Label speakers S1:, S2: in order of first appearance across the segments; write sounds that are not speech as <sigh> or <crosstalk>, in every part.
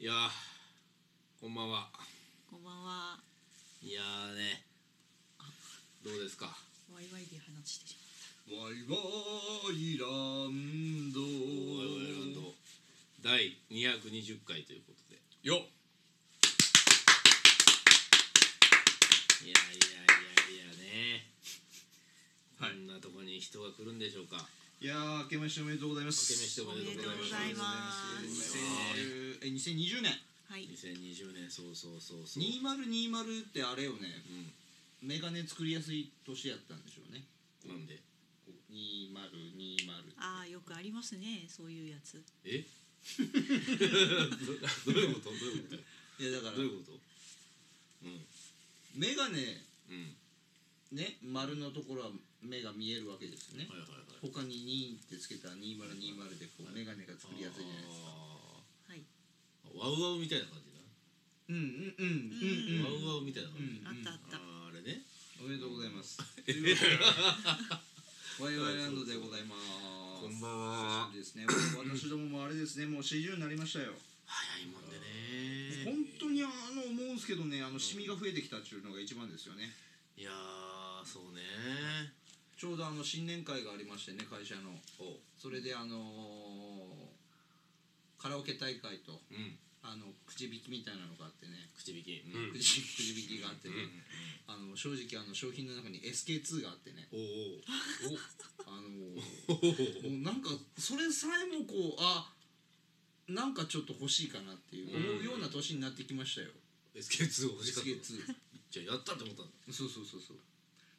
S1: いやーこんばんは
S2: こんばんは。
S1: いやーねどうですか
S2: ワイワイで話してし
S3: ワイワイラン
S1: 「
S3: ド
S1: おいおいランド」第220回ということで
S3: よっ
S1: いやいやいやいやね
S3: はい
S1: こんなとこに人が来るんでしょうか明
S3: いやー明けましておめでとうございます
S1: けましてお
S2: ま
S1: め
S2: す。
S1: でとうございます
S3: おめでとうござい
S1: ます
S3: 2010え2020年
S2: はい。
S1: 2020年そうそうそうそう
S3: 2020ってあれよね
S1: う
S3: メガネ作りやすい年やったんでしょうね
S1: んなんで
S3: こう2020
S2: ああよくありますねそういうやつ。
S1: <laughs> えどどういうことどういうこ
S3: いやだか
S1: と
S3: ら
S1: どういうことうん
S3: メガネ
S1: うん
S3: ね丸のところは目が見えるわけですね、
S1: はいはいはい
S3: 他に2ってつけたら2020でこ
S1: は
S3: う
S1: い
S3: メガネが作りやすいじゃないですか
S2: はい。
S1: あーワウワウみたいな感じな
S3: うんうんうんうん
S1: ワ
S3: うん
S1: ウワウみたいな感じ、
S3: うん
S2: あったあった。
S1: あーあれ <laughs> ね
S3: おめでとうござい
S1: <laughs>
S3: ます。
S1: え
S3: ワイワイランドでございま
S1: こ
S3: す。
S1: んばんは
S3: そうですね。私どももあれですね。もう四十になりましたよ。
S1: 早いもんでね
S3: 本当にあの思うんですけどね、あのシミが増えてきたっていうのが一番ですよね。
S1: いやーそうね
S3: ちょうどあの新年会がありましてね、会社の。
S1: おう
S3: それであのーカラオケ大会と
S1: ん
S3: あの口引きみたいなのがあってね。
S1: 口引き
S4: うん
S3: くじくじ引きがあってね。あの正直あの商品の中に SK2 があってね。
S1: おう
S3: あの
S1: お
S3: ー
S1: うおう
S3: もうなんかそれさえもこうあなんかちょっと欲しいかなっていう思うような年になってきましたよ、
S1: SK2 欲しかった
S3: SK2
S1: <laughs> じゃあやったって思ったんだ
S3: そうそうそうそう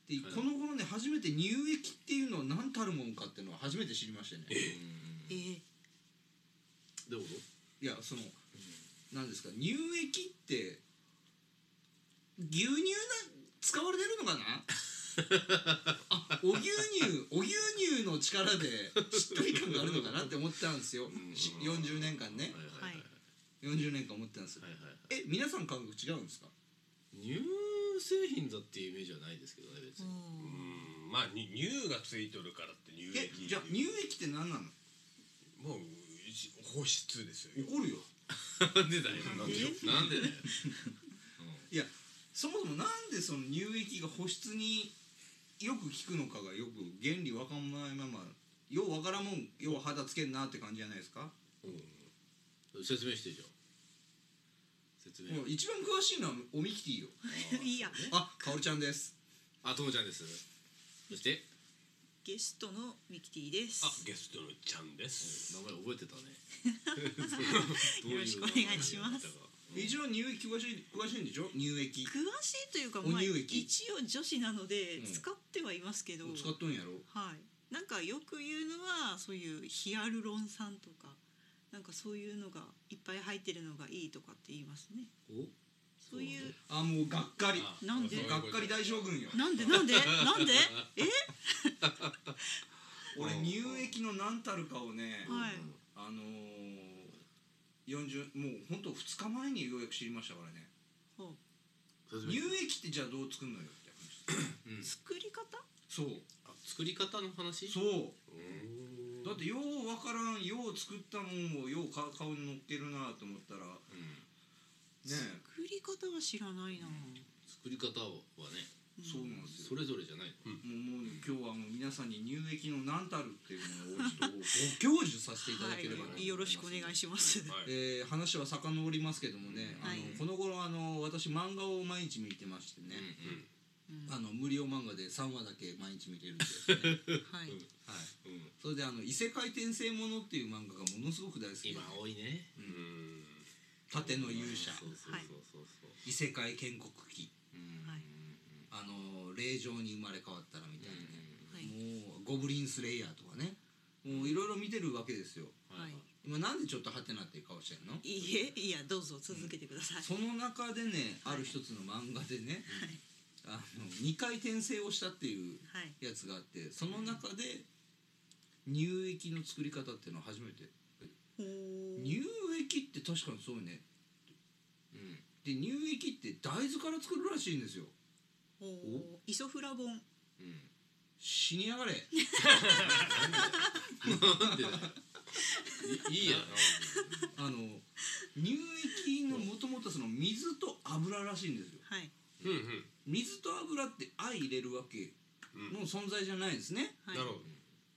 S3: で、
S1: はい
S3: この頃ね初めて乳液っていうのは何たるもんかっていうのは初めて知りましてね
S2: えー、
S1: どういうこ
S3: いやその何ですか乳液って牛乳な使われてるのか
S1: <laughs>
S3: なあお牛乳お牛乳の力でしっとり感があるのかなって思ったんですよ、
S1: ん
S3: し40年間ね
S1: とはいはいはい
S3: 40年間思ってたんですよ
S1: はいはいはい
S3: え皆さん感覚違うんですか
S1: 乳製品だっていうイメージはないですけどね別
S2: う
S1: に
S4: うんまあに乳がついとるからって乳液
S3: え
S4: っていう
S3: じゃあ乳液って何なの
S4: もうし保湿ですよ
S3: 怒るよ
S1: なんでだよなんでよ
S2: え
S1: なんでだ <laughs> よ
S3: いやそもそもなんでその乳液が保湿によく効くのかがよく原理わかんないままようわからんもんよう肌つけんなって感じじゃないですか、
S1: うん説明してじゃあ説明
S3: もう一番詳しいのはおみきてィよ
S1: あー
S2: <laughs> いいや
S3: あかおるちゃんです
S1: あともちゃんですそして
S2: ゲストのミキティです。
S4: あゲストのちゃんです、
S1: 名前覚えてたね
S2: <laughs> よろしくお願いします
S3: 一応乳液詳しい詳しいんでしょ乳液
S2: 詳しいというか
S3: お乳
S2: まあ
S3: 液
S2: 一応女子なので
S3: うん
S2: 使ってはいますけど、
S3: 使っとんやろ
S2: はい。なんかよく言うのはそういうヒアルロン酸とかなんかそういうのがいっぱい入ってるのがいいとかって言いますね。
S1: お
S2: そういう
S3: あもうがっかり
S4: あ
S2: なんで
S4: そういう
S3: が
S4: こ
S3: っ
S4: と
S3: かり大将軍よ
S2: なんでなん
S3: <laughs>
S2: でなんでえ
S3: 俺乳液の何たるかをね、
S2: はい
S3: あのー、40もうほんと2日前にようやく知りましたからね
S2: ほ
S1: 説
S3: 乳
S1: 明
S3: 液ってじゃあどう作るのよって話
S2: う作り方
S3: そう
S1: あ作り方の話
S3: そう
S1: うん
S3: だってようわからんよう作ったもんをようか顔に乗っけるなと思ったらねえ
S2: 作り方は知らないな。
S1: 作り方はね
S3: そうなんです
S1: それ
S3: よ
S1: ぞれじゃないの
S3: もうもう今日はもう皆さんに乳液の何たるっていうものをちょっとごご教授させていただければなと思いま
S2: はい、よろし
S3: す
S2: くお願いします。
S4: は
S3: え
S4: い
S3: ー話は遡りますけどもね、
S2: はい
S3: あのこの頃あの私漫画を毎日見てましてね、
S2: うん
S3: あの無料漫画で3話だけ毎日見てる
S1: <laughs>
S3: んですよね、
S2: はい、
S3: はい、
S1: うんうん
S3: それであの「異世界転生もの」っていう漫画がものすごく大好き
S1: 今
S3: で
S1: 多いね
S4: うん
S3: 盾の勇者
S1: そうそう
S2: はい
S1: そうそうそう
S3: 異世界建国記
S1: うん
S2: はい
S3: あの霊場に生まれ変わったらみたいなね、
S2: はい、
S3: もうゴブリンスレイヤーとかねもういろいろ見てるわけですよ
S2: はい、
S3: 今なんでちょっとハテナっていう顔してるの
S2: いいえ、いや、どうぞ続けてください。
S3: その中でね
S2: はい
S3: ある一つの漫画でね、
S2: はい、
S3: あの2回転生をしたっていう
S2: はい、
S3: やつがあってその中で乳液の作り方っていうのを初めて
S2: ほー
S3: 乳液って確かにそうよね
S1: うん
S3: で乳液って大豆から作るらしいんですよ
S2: ほーイソフラボン。
S1: うん
S3: 死にや
S2: <laughs>
S3: がれ
S1: なんでだよいいいや
S3: あの乳らしいんですよ
S2: はい
S4: うんうん
S3: 水と油って相入れるわけ
S4: うん
S3: の存在じゃないですね
S2: はい
S4: なるほ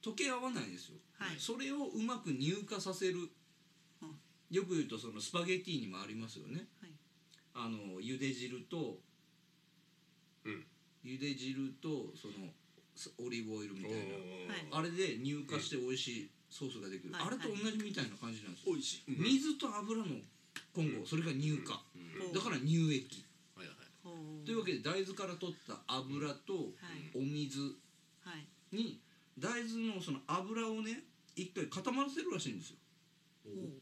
S4: ど
S3: 溶け合わないですよ
S2: はい
S3: それをうまく乳化させる
S2: うん
S3: よく言うとそのスパゲティにもありますよね
S2: はい
S3: あの茹で汁と
S4: うん
S3: 茹で汁とそのすオリーブオイルみたい
S2: はい
S3: なあれで乳化して美味しいソースができる
S2: はい
S3: あれと同じみたいな感じなんです
S1: 美
S3: よ
S1: 味しい
S3: 水と油の混合それが乳化
S1: うん
S2: うん
S3: だから乳液
S1: はいはい
S2: ほう
S3: というわけで大豆から取った油と
S2: はい
S3: お水
S2: はい
S3: に大豆のその油をね一回固まらせるらしいんですよ
S2: ほう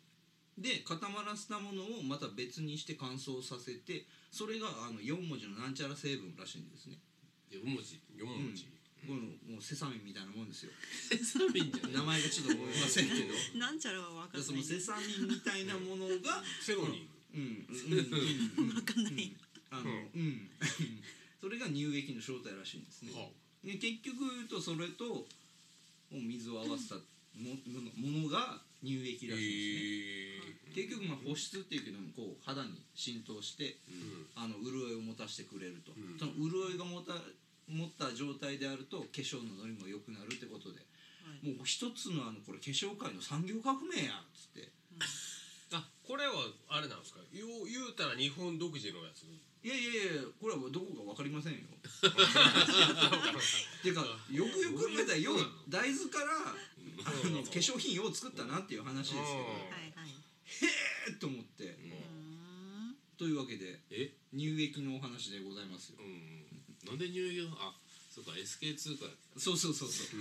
S3: で固まらせたものをまた別にして乾燥させてそれがあの4文字のなんちゃら成分らしいんですね
S1: 4文字
S4: 四文字
S3: このもうセサミンみたいなもんですよ
S1: サービンじゃ
S3: 名
S1: ない
S3: 前がちょっと思いませんけど
S2: なんちゃらは分かん
S3: そ
S2: な
S3: の
S2: いで
S3: セ
S2: す
S3: サミンみたいなものが
S4: セロニン
S3: うんうんうんう
S2: 分
S3: ん
S2: かんない、
S3: あのうんそれが乳液の正体らしいんですね
S4: は
S3: で結局言うとそれともう水を合わせたもものものが乳液
S4: へ
S3: らしいんですね
S4: え
S3: 結局まあ保湿っていうけどもこう肌に浸透して
S4: うん
S3: あの潤いを持たせてくれると、
S4: うん
S3: その潤いが持た持った状態であると化粧のノリも良くなるってことで
S2: はい
S3: もう一つのあのこれ化粧界の産業革命やっつって
S4: あこれはあれなんですか言う言うたら日本独自のやつ
S3: いやいやいやこれはどこか分かりま
S1: <laughs>
S3: せんよ。ていうかよくよく考えたらよう大豆からあの化粧品を作ったなっていう話ですけど
S4: うん
S2: はいはい
S3: えっと思って
S1: うん
S2: うーん
S3: というわけで
S1: え
S3: 乳液のお話でございますよ
S1: う。んなんで乳液のあそうか SK2 か
S3: そうそうそうそう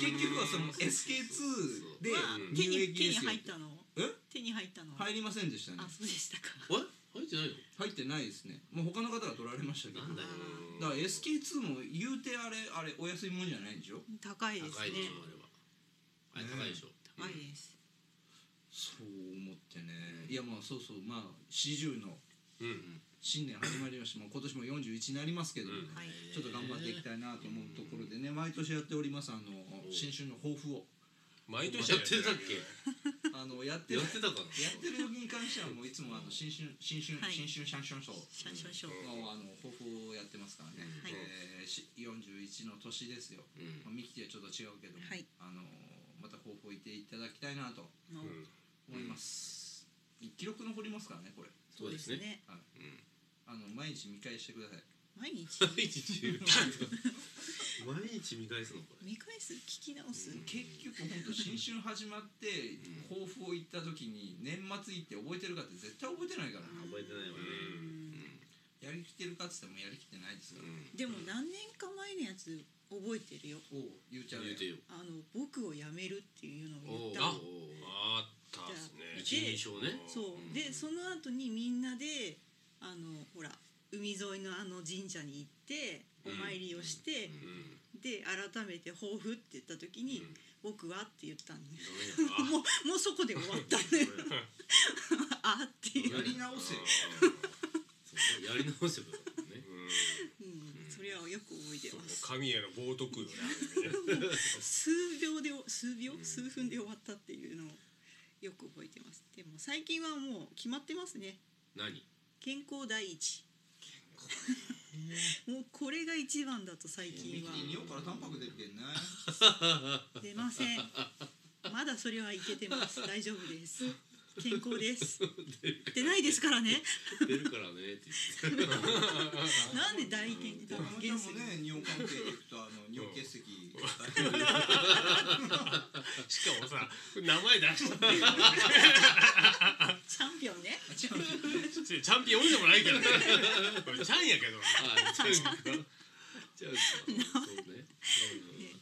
S4: 結
S3: 結局はその SK2 で
S2: は
S3: 乳
S2: 手に
S3: 液
S2: 手
S3: で
S2: に
S3: すよ
S2: 入ったの
S3: え
S2: 手に入ったの、
S3: 入りませんでしたね
S2: あそうでしたか
S1: あれ入ってないの
S3: 入ってないですねもう他の方が取られましたけど
S1: なんだよ
S3: だから SK2 も言うてあれあれお安いもんじゃないんでしょ
S2: 高いですね
S1: 高いでしょあれはあれ高いでしょ
S2: 高いです、
S3: そう思ってねいやまあそうそうまあ40の
S4: うん
S3: 新年始まりましてもう今年も41になりますけどもね、
S4: うん
S2: はい
S3: ちょっと頑張っていきたいなと思うところでね毎年やっておりますあの新春の抱負を
S4: 毎年
S1: やってたっけ
S3: あのやって
S1: や
S3: る
S1: ってたかな
S3: やってる時に関してはもういつもあの新春新春、
S2: はい
S3: 新春シャンシャンシ
S2: シャンシ
S3: ョー
S2: ャンショー
S3: のあの抱負をやってますからね、
S1: はい
S3: えーし41の年ですよ、
S1: うん
S3: まあ、ミキティはちょっと違うけども、
S2: はい
S3: あのーまた抱負を言っていただきたいなと
S2: の
S4: うん
S3: 思います、記録残りますからねこれ
S2: そうです
S1: そうです
S2: ね
S1: うん
S3: あの毎日見返してください
S2: 毎日
S1: 毎日中毎日見返すのこれ
S2: 見返す聞き直す、
S1: うん
S3: 結局本当新春始まって抱負を言った時に年末行って覚えてるかって絶対覚えてないから
S2: うん
S1: 覚えてないわね
S3: やりきってるかっつってもやりきってないですから、
S2: でも何年か前のやつ覚えてるよ
S3: おうゆうちゃん
S1: 言うてよ
S2: あの僕を辞めるっていうのを言っ
S1: あ
S2: たの
S4: あったっすね
S1: 一人称ね
S2: そ
S1: う
S2: う、
S1: ん
S2: でその後にみんなであのほら海沿いのあの神社に行ってお参りをして、
S4: うん
S2: で改めて抱負って言った時に
S1: うん
S2: 「僕は」って言ったんで、
S4: ダメだ
S2: もうもうそこで終わったね <laughs> あっていう、
S3: やり直せよ
S1: そうねやり直せばよかったね
S4: う
S2: うん、それはよく覚えて
S4: ん
S2: ます
S4: 神への冒涜よね
S2: 数秒で数秒
S1: うん
S2: 数分で終わったっていうのをよく覚えてますでも最近はもう決まってますね
S1: 何
S2: 健康第一 <laughs> もうこれが一番だと最
S3: ミ
S2: 近
S3: キ
S2: は
S3: ティ尿からタンパク出るけんな
S2: 出ませんまだそれはいけて
S4: <laughs>
S2: ます大丈夫です健康です出ないですから
S4: <laughs>
S2: ね
S1: 出るからねって言 <laughs> って
S2: なんで大健
S3: た
S2: 康
S3: まちゃんもね尿関係でいくとあの尿結石
S4: しかもさ名前出しちゃって
S2: チャンピオンね
S4: チャンピオンでもないけ <laughs> どね俺ちゃんやけどな
S1: あちゃうか
S3: <laughs>
S1: ちゃうかそうね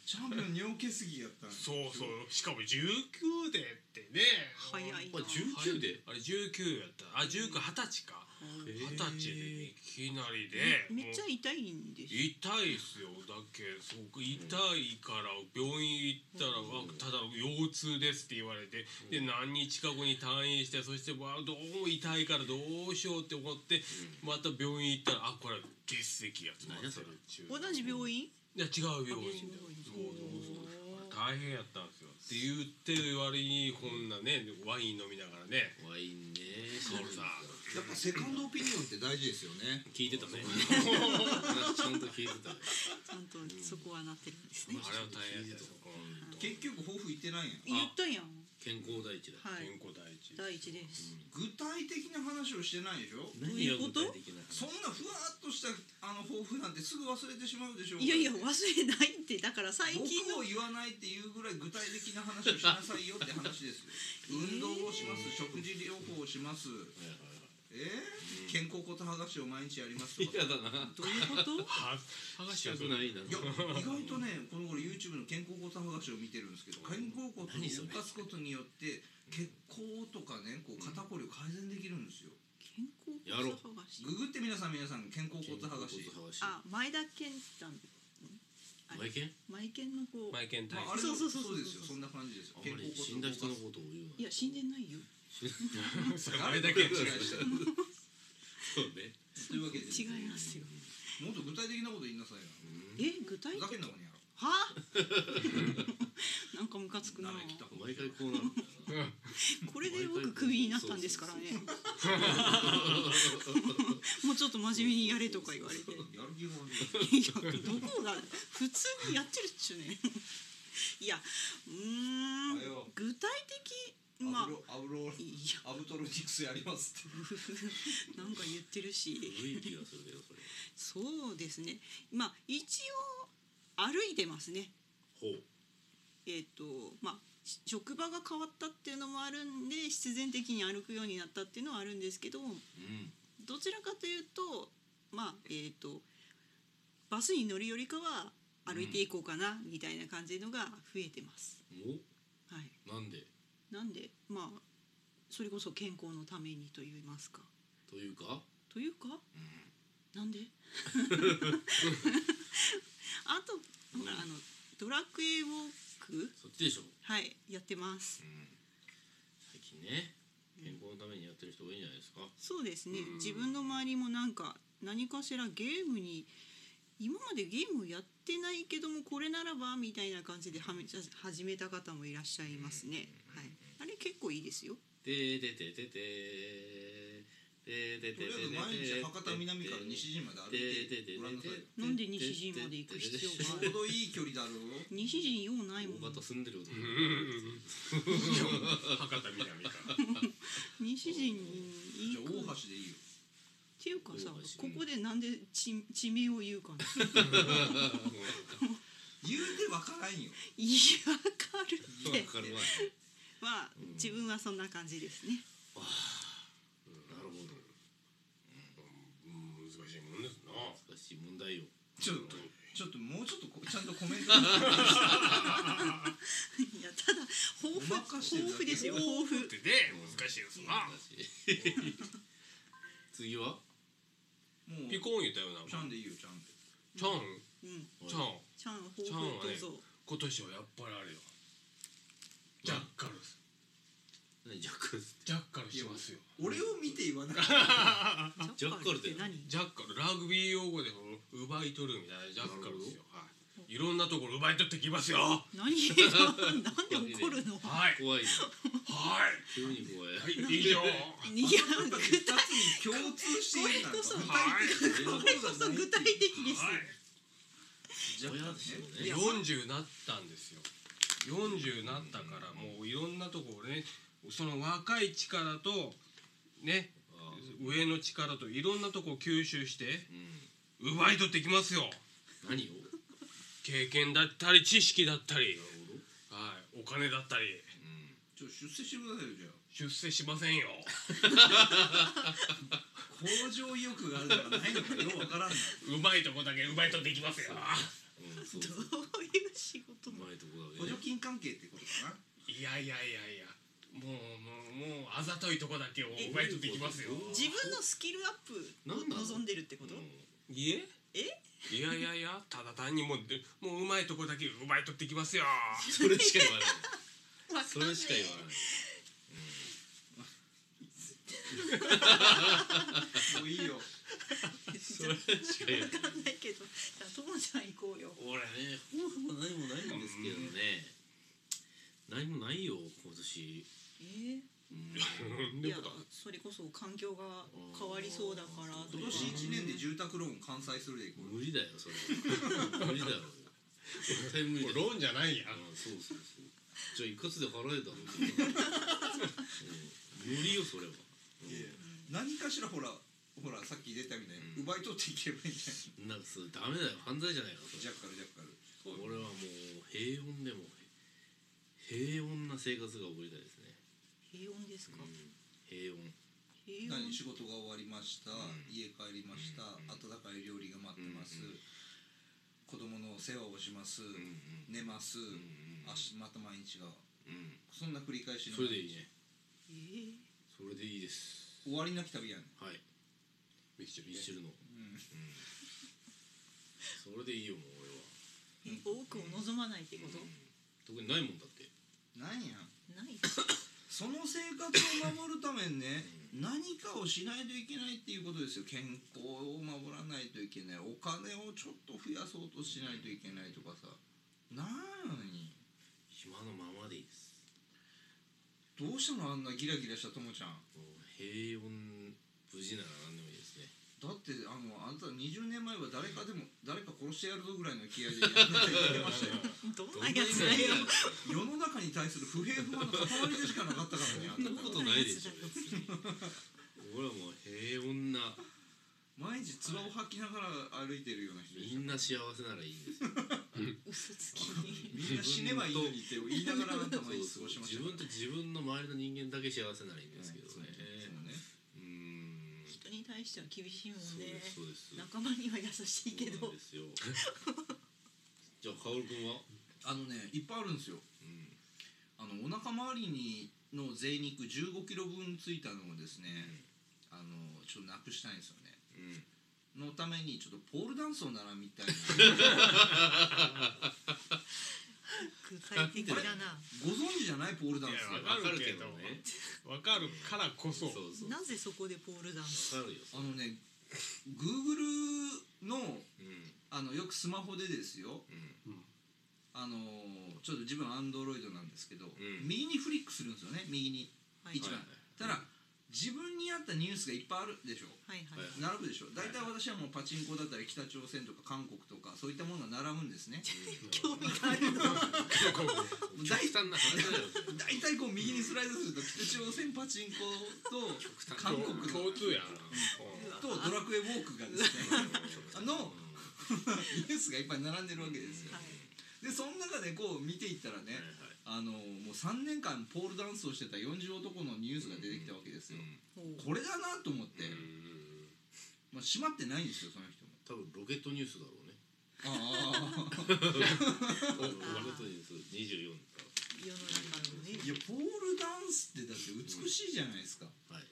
S3: チャンピオン尿結石やったんや
S4: そうそうしかも19でってね
S2: 早いな
S1: うんあ19で
S4: あれ19やったあ19二十歳か
S1: え
S4: 二
S1: ー
S4: 十歳でいきなりで
S2: めっちゃ
S4: もう
S2: 痛いんです
S4: 痛いっすよだけそう痛いから病院行ったら
S1: うん
S4: あただ腰痛ですって言われてで何日か後に退院してそしてわあどうも痛いからどうしようって思ってまた病院行ったらあこれ結石やつ
S1: 何やそれ
S2: 同じ病院
S4: いや違う病院だ
S2: あ
S4: よそうそうそう
S2: おー
S4: 大変やったんですよって言ってる割にこんなねワイン飲みながらね
S1: ワインね
S4: それさ
S3: やっぱセカンドオピニオンって大事ですよね
S1: 聞いてたね話ちゃんと聞いてた
S2: ちゃんとそこはなってるんです
S4: あれ
S2: ね
S4: は。大変やったようん
S3: 結局抱負いってないやん
S2: 言ったやん。
S1: 健康第一だよ
S2: はい。
S4: 健康第一
S2: 第一です。
S3: 具体的な話をしてないでしょ
S2: どういうこと
S1: 何が具体的な話
S3: そんなふわっとしたあの抱負なんてすぐ忘れてしまうでしょう
S2: いやいや忘れないってだから最
S3: 僕
S2: 近の
S3: を言わないっていうぐらい具体的な話をしなさいよって話ですよ運動をします食事療法をします
S1: はいはい
S3: えー、健康こと剥がしを毎日やりますとか
S1: 嫌だな
S2: どういうこと？
S4: は剥がし
S1: した
S4: は
S1: た
S4: ど
S1: く
S4: う
S1: ないない
S3: や意外とねこの頃 YouTube の健康こと剥がしを見てるんですけど肩甲骨を動
S1: 何それ
S3: かすことによって血行とかねこう肩こりを改善できるんですよ
S2: 健康
S1: やろう
S2: 骨剥がし
S3: ググって皆さん皆さん肩甲骨剥がし
S1: 肩甲骨剥がし
S2: あ前田健さん。あ
S1: マイ
S2: れ
S1: ケン
S2: 前健の子。
S4: マイケン大
S3: まあ、
S4: 使 <laughs>
S3: あれも
S2: そ
S3: そう
S2: うそうそうそう
S3: ですよそんな感じですよ
S1: あんまり死んだ人のことを言うない
S2: や死んでないよ。
S4: そ
S3: 肩
S4: れ
S3: 甲骨を動かすあ
S4: 前
S3: れ
S4: だ
S3: だ
S4: け
S3: け
S4: 違
S3: 違
S4: う
S3: いし
S4: し
S3: たと
S1: そうね
S3: いうわけで
S2: 違いますよ。
S3: もっと具体的なこと言いなさいよ
S2: え具体
S3: ふ
S2: 的
S3: ざけんなこの野郎
S2: は？ <laughs> なんかムカつくな。
S3: 舐めきたこと
S1: 毎回こうなるんだよな
S2: これで僕クビになったんですからね。 <laughs> もうちょっと真面目にやれとか言われて。い
S3: やる気が悪い
S2: やどこが普通にやってるっちゅうね。いやうーん
S3: あよ
S2: 具体的まあ
S3: アブロアブロ
S2: いや <laughs>
S3: アブトロニクスやりますって
S2: なんか言ってるし
S1: 古い気がするけどそれ
S2: そうですねまあ一応歩いてますね。
S1: ほう
S2: えっ、とまあし職場が変わったっていうのもあるんで必然的に歩くようになったっていうのはあるんですけど
S1: うん
S2: どちらかというとまあえっ、とバスに乗るよりかは歩いていこうかなみたいな感じのが増えてます。はい、
S1: おなんで
S2: なんでまあそれこそ健康のためにと言いますか。
S1: というか
S2: というか、なん <laughs> であとほらあのドラクエウォーク
S1: そっちでしょ
S2: はいやってます。
S1: 最近ね健康のためにやってる人多いんじゃないですか
S2: そうですね、
S1: うん
S2: 自分の周りもなんか何かしらゲームに今までゲームをやってないけどもこれならばみたいな感じではめ始めた方もいらっしゃいますね、はい、あれ結構いいですよ
S1: ででででででででで
S3: とりあえず毎日博多南から西陣まで歩いてご覧なさいよ
S2: なんで西陣まで行く必要があ
S3: ちょ
S2: る
S3: うどいい距離だろう
S2: 西陣用ないもん
S1: 大型住んでるよ
S4: うんうんうんいやもう博多南から
S2: 西陣に
S3: じゃ
S2: 行
S3: あ
S2: く
S3: 大
S2: っ
S3: 橋でいいよ
S2: ていうかさ
S1: 大橋
S2: ここでなんで地地名を言うかな
S3: 言うてわからんよ
S2: いやわかるって
S1: わかるわ
S2: まあ自分はそんな感じですね
S1: なるほど
S4: うん難しいもんですな
S1: 難しい問題よ
S3: ちょっとちょっともうちょっとこちゃんとコメント
S2: いやただ豊富
S3: ごまかしてるだ
S2: 豊
S3: け
S2: 富ですよ豊富
S4: でで難しいですな
S1: 難しい次は
S3: もう
S4: ピ
S3: ち
S4: コーン言ったよな
S3: ゃんでいいよちゃんで
S4: ちゃん
S2: うん
S4: ちゃん
S2: ちゃん豊富どうぞ
S4: 今年はやっぱりあれよジャッカルス
S1: 何ジャッカルス
S4: ジャッカルしてますよ
S3: 俺を見て言わなかっ
S2: ジャッカルって何
S4: ジャッカルラグビー用語で奪い取るみたいなジャッカルですよはいいろんなところ奪い取ってきますよは
S1: <laughs>
S2: 何なんで怒るの
S4: い
S1: 怖いな
S4: は
S1: 急に怖い
S4: いはい以
S2: いや
S4: 上
S2: 具
S3: た
S2: 体
S3: 二つに共通しているなら
S2: これこそ
S3: 具
S4: はい
S3: 体的
S2: こ
S3: な
S2: そ具体的ですよ
S3: じゃ
S1: 親ですよね
S3: いや
S4: 40なったんですよ40なったからもういろんなところねその若い力とね
S1: ああ
S4: 上の力といろんなとこを吸収して
S1: うん
S4: 奪い取ってきますよ
S1: 何を
S4: 経験だったり知識だったり
S1: な、るほど
S4: はい、お金だったり
S1: うん
S3: ちょっと出世してくださいよじゃあ
S4: 出世しませんよ
S3: 向上意欲があるのかないのかようわからんな
S4: うまいとこだけ奪い取っていきますよ
S1: うんそう
S2: ど
S1: そう
S2: ういう仕事
S1: う
S2: なの
S1: まいとこだ
S3: 補
S1: け
S3: 助
S1: ね
S3: 金関係ってことかない
S4: やいやいやいやもうもうもうあざといとこだけを奪い取っていきますよ
S2: 自分のスキルアップを
S1: 何なの
S2: 望んでるってこと
S1: うん
S4: いえ
S2: え
S4: いやいやいやただ単にもうでもううまいとこだけ奪い取っていきますよ
S1: それしか言わない
S2: わか
S1: そ
S2: んねえ
S1: れしか言わない
S3: もういいよ
S1: それしか言わない
S2: わかんないけどじゃあともちゃん行こうよ
S1: 俺ねほぼほぼ何もないんですけどね何もないよ今年
S2: えー
S4: な
S2: い
S4: んで
S2: や
S4: もだ
S2: それこそ環境が変わりそうだからと
S3: 今
S2: か
S3: 年一年で住宅ローン完済するでいこう
S1: 無理だよそれは無理だろうよ絶対無理
S4: も
S1: だよ
S4: うローンじゃないや
S1: あそうそうそうじゃあ一括で払えたのうん無理よそれは
S3: 何かしらほらほらさっき出たみたいに奪い取っていけばいいんじゃない
S1: なんかそうダメだよ犯罪じゃないかそ
S3: ジ
S1: れ
S3: ャッカルジャッカル
S1: 俺はもう平穏でも平穏な生活が送りたいですね、
S2: 平穏ですか、
S1: 平穏
S2: 平
S3: 何
S2: 穏
S3: 仕事が終わりました、家帰りました、温かい料理が待ってます、子供の世話をします、寝ます、あしまた毎日がそんな繰り返しの
S1: それでいいね
S2: えー
S1: それでいいです
S3: 終わりなき旅やん
S1: はい
S4: ミキちゃん
S1: ミッシェルの、
S3: ん
S1: それでいいよもう俺は
S2: え多くを望まないってこと、
S1: 特にないもんだって
S3: 何や
S2: ない <laughs>
S3: その生活を守るためにね何かをしないといけないっていうことですよ健康を守らないといけないお金をちょっと増やそうとしないといけないとかさなのに
S1: 暇のままでいいです
S3: どうしたのあんなギラギラしたともちゃん
S1: もう平穏無事なら何でもいいですね
S3: だってあのあんた20年前は誰かでも誰か殺してやるぞぐらいの気合でやってましたよ
S2: どんなやつだよ
S3: 世の中に対する不平不満の塊でしかなかったからねあ
S1: そん
S3: ん
S1: な <laughs>
S3: た
S1: ことないでしょ別に俺はもう平穏な
S3: 毎日唾を吐きながら歩いてるような人で
S1: み
S3: した
S1: んな幸せならいいですよ
S2: 嘘つき
S3: みんな死ねばいいのにって言いながらあんた毎日過
S1: そう
S3: ごし
S1: そう
S3: ま
S1: 自
S3: した
S1: 分と自分の周りの人間だけ幸せならいいんですけどね
S3: ね
S1: うーん
S2: 人に対しては厳しいもん
S1: そう
S2: ね
S1: ですそうです
S2: 仲間には優しいけ
S1: そう
S2: ど
S1: なんですよじゃあ薫君は
S3: あのねいっぱいあるんですよ
S1: うん
S3: あのお腹周りにの贅肉1 5キロ分ついたのをですね、あのちょっとなくしたいんですよね
S1: うん
S3: のためにちょっとポールダンスを習うみたいな
S2: 具体的だな
S3: ご存知じゃないポールダンス
S4: いや
S1: わかるけどね
S4: わかるからこそ
S1: そうそうわ
S2: なぜそこでポールダンス
S1: かるよ
S3: あのね Google の
S1: うん
S3: あのよくスマホでですよ
S1: うん
S3: あのーちょっと自分アンドロイドなんですけど、
S1: ん
S3: 右にフリックするんですよね右に
S2: はい
S3: 一番、
S1: はい
S3: ただ自分に合ったニュースがいっぱいあるでしょ
S2: はいはい
S1: はい
S3: 並ぶでしょ大体私はもうパチンコだったり北朝鮮とか韓国とかそういったものが並ぶんですね
S2: 興味があるの
S1: 極端な話だよそれ
S3: 大体こう右にスライドすると北朝鮮パチンコと韓国の
S4: 共通や
S3: とドラクエウォークがです <laughs> ねのニュースがいっぱい並んでるわけですよ
S2: はい
S3: でその中でこう見ていったらね、あのもう3年間ポールダンスをしてた40男のニュースが出てきたわけですよ、
S2: もう
S3: これだなと思って、まあ、閉まってないんですよその人も
S1: 多分ロケットニュースだろうね
S3: ああ
S1: ロケットニュース24だ
S2: 世の中のね
S3: <laughs> いやポールダンスってだって美しいじゃないですか、
S1: はい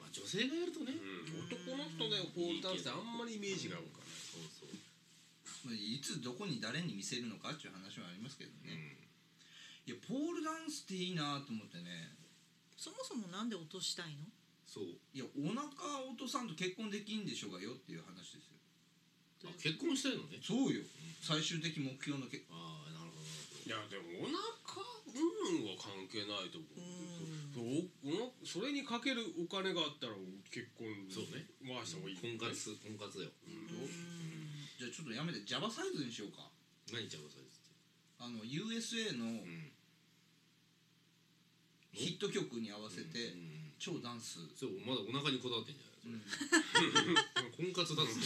S1: まあ女性がやるとね
S4: 男の人でフォールダンスってあんまりイメージが浮かない
S1: そうそう
S3: まあ、いつどこに誰に見せるのかっていう話はありますけど
S1: う
S3: ね、
S1: ん
S3: いやポールダンスっていいなと思ってね
S2: そもそもなんで落としたいの
S1: そう
S3: いやお腹落とさんと結婚できんでしょうがよっていう話ですよ
S1: あ結婚したいのね
S3: そうよ最終的目標のけ
S1: ああなるほどなるほど
S4: いやでもお腹うんは関係ないと思うおおそれにかけるお金があったら結婚
S1: そうね
S4: 回した方がいい
S1: 婚活婚活だよ
S3: じゃあちょっとやめて Java サイズにしようか
S1: 何ちゃうされて
S3: あの USA の
S1: ん
S3: ヒット曲に合わせて
S1: うん
S3: 超ダンス、
S1: そうまだお腹にこだわってんじゃないそれ婚活だっ
S4: <laughs>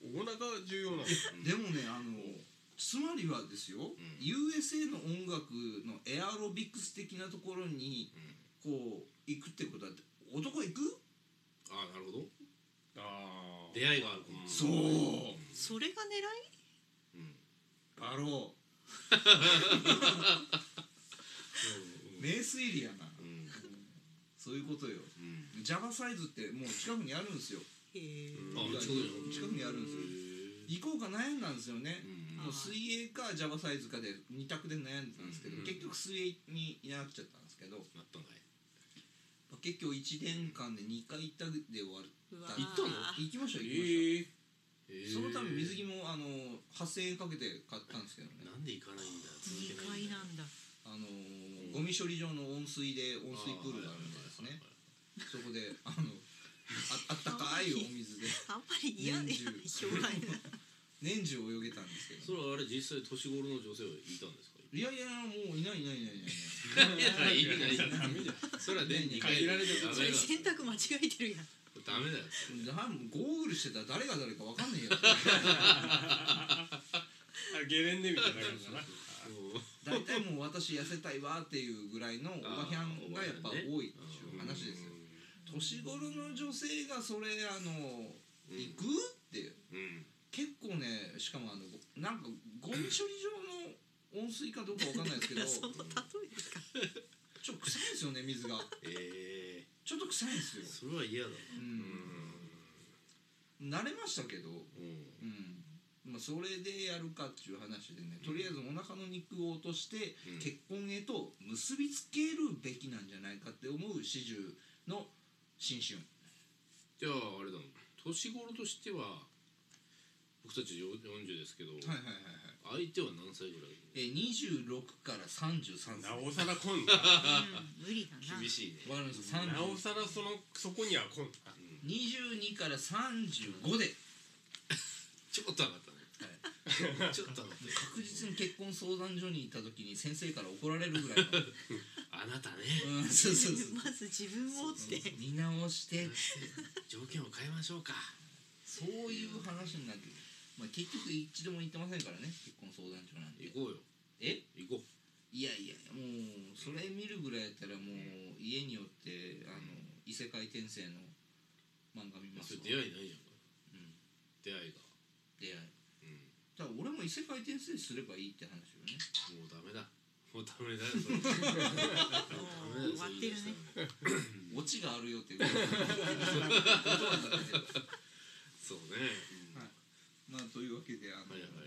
S4: お腹が重要なの
S3: でもねあのつまりはですよ、USA の音楽のエアロビクス的なところにこう行くってことは男行く
S1: ああなるほど
S4: あ
S1: 出会いがあるかも
S3: そう
S2: それが狙い
S3: あろう名推理やな
S1: うんうん
S3: そういうことよ
S1: うん
S3: ジャバサイズってもう近くにあるんですよ
S2: へえ
S1: あ近くにある
S3: 近くにあるんですよ行こうか悩んだんですよね、
S1: うん
S3: もう水泳かジャバサイズかで2択で悩んでたんですけど、結局水泳にいなくなっちゃったんですけど、
S1: なったんかい
S3: まあ結局1年間で2回行ったで終わる
S2: うわ
S3: 行
S2: ー行ったの
S3: 行きました
S4: え
S3: 行き
S4: え
S3: ました、そのため水着もあの8000円かけて買ったんですけどね
S1: なんで行かないんだ
S2: 二
S1: 続けない
S2: 回
S1: んだ
S2: なんだ
S3: あのーゴミ処理場の温水で温水プールがあるんですねそこであのああったかいお水で
S2: あんまり嫌で
S3: 40
S2: しょうがないな
S3: 年中泳げたんですけど
S1: それはあれ実際年頃の女性はいたんですか
S3: いやいやもういないいないい
S1: い
S3: ないいない
S1: やいやいやダメだよそれは年に
S4: 限られてる
S1: ダ
S2: そ
S1: メ
S2: れ
S1: だ
S2: 選択間違えてるやん
S1: ダメだよ
S3: なゴーグルしてたら誰が誰かわかんねえよ
S4: あゲレンデみたいな感じだな
S1: もう
S3: 大体もう私痩せたいわっていうぐらいのおばひゃんがやっぱ多いっていう話ですよ年頃の女性がそれあ
S1: うん
S3: の行くって
S1: うん
S3: 結構ねしかもあのごなんかゴミ処理場の温水かどうかわかんないですけど <laughs>
S2: その例えですか
S3: ちょっと臭いんですよね水が
S1: ええ
S3: ちょっと臭いんですよ
S1: ー、、それは嫌だな
S3: うん、慣れましたけど
S1: うん
S3: うんまあ、それでやるかっていう話でねとりあえずお腹の肉を落として
S1: うん
S3: 結婚へと結びつけるべきなんじゃないかって思う始終の新春
S1: じゃああれだな年頃としては僕たちよ40ですけど、
S3: はいはいはいはい、
S1: 相手は何歳ぐらい
S3: えー、26から33
S4: な
S3: 歳
S4: おさら来んな
S2: うん無理だな
S1: 厳しいね
S3: わかりました
S4: なお
S3: 30
S4: さらそのそこには来んな
S3: 22から35で
S1: ちょっと上がったね、ちょっと上がった
S3: 確実に結婚相談所にいた時に先生から怒られるぐらいの
S1: あなたね
S3: うんそうそうそう
S2: まず自分をって
S3: 見直して
S1: 条件を変えましょうか
S3: そういう話になってくる、まあ、結局一度も行ってませんからね結婚相談所なんて
S1: 行こうよ
S3: え
S1: 行こう
S3: いやいやもうそれ見るぐらいやったらもう家によってあの異世界転生の漫画見ます
S1: それ出
S3: わ
S1: 会いないじゃんか
S3: うん
S1: 出会いが
S3: 出会い
S1: うん
S3: だから俺も異世界転生すればいいって話よね
S1: もうダメだもうダメだ <laughs> よそれダメだよ
S2: 終わってるね
S3: オチがあるよっていうことなんだけど
S1: そうね、うん
S3: はいまあというわけであ
S1: は
S3: の、
S1: いはい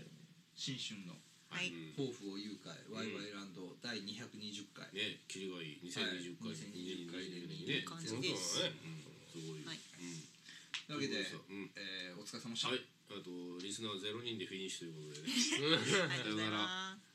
S3: 新春の
S2: は
S1: う
S2: い
S1: ん、ね
S3: 抱負を誘拐ワイワイランド第220回、
S1: キリがいい2020回、
S3: はい2020回
S1: 2020
S3: で
S1: 年に
S3: い
S1: ね
S3: い
S2: 感
S4: そ
S2: じ
S4: うだね
S2: です
S1: すごい、
S2: はい
S1: うん
S3: というわけで、
S1: うん
S3: えーお疲れ様でした、
S1: はいあとリスナーゼロ人でフィニッシュということでね
S2: ありがとうございます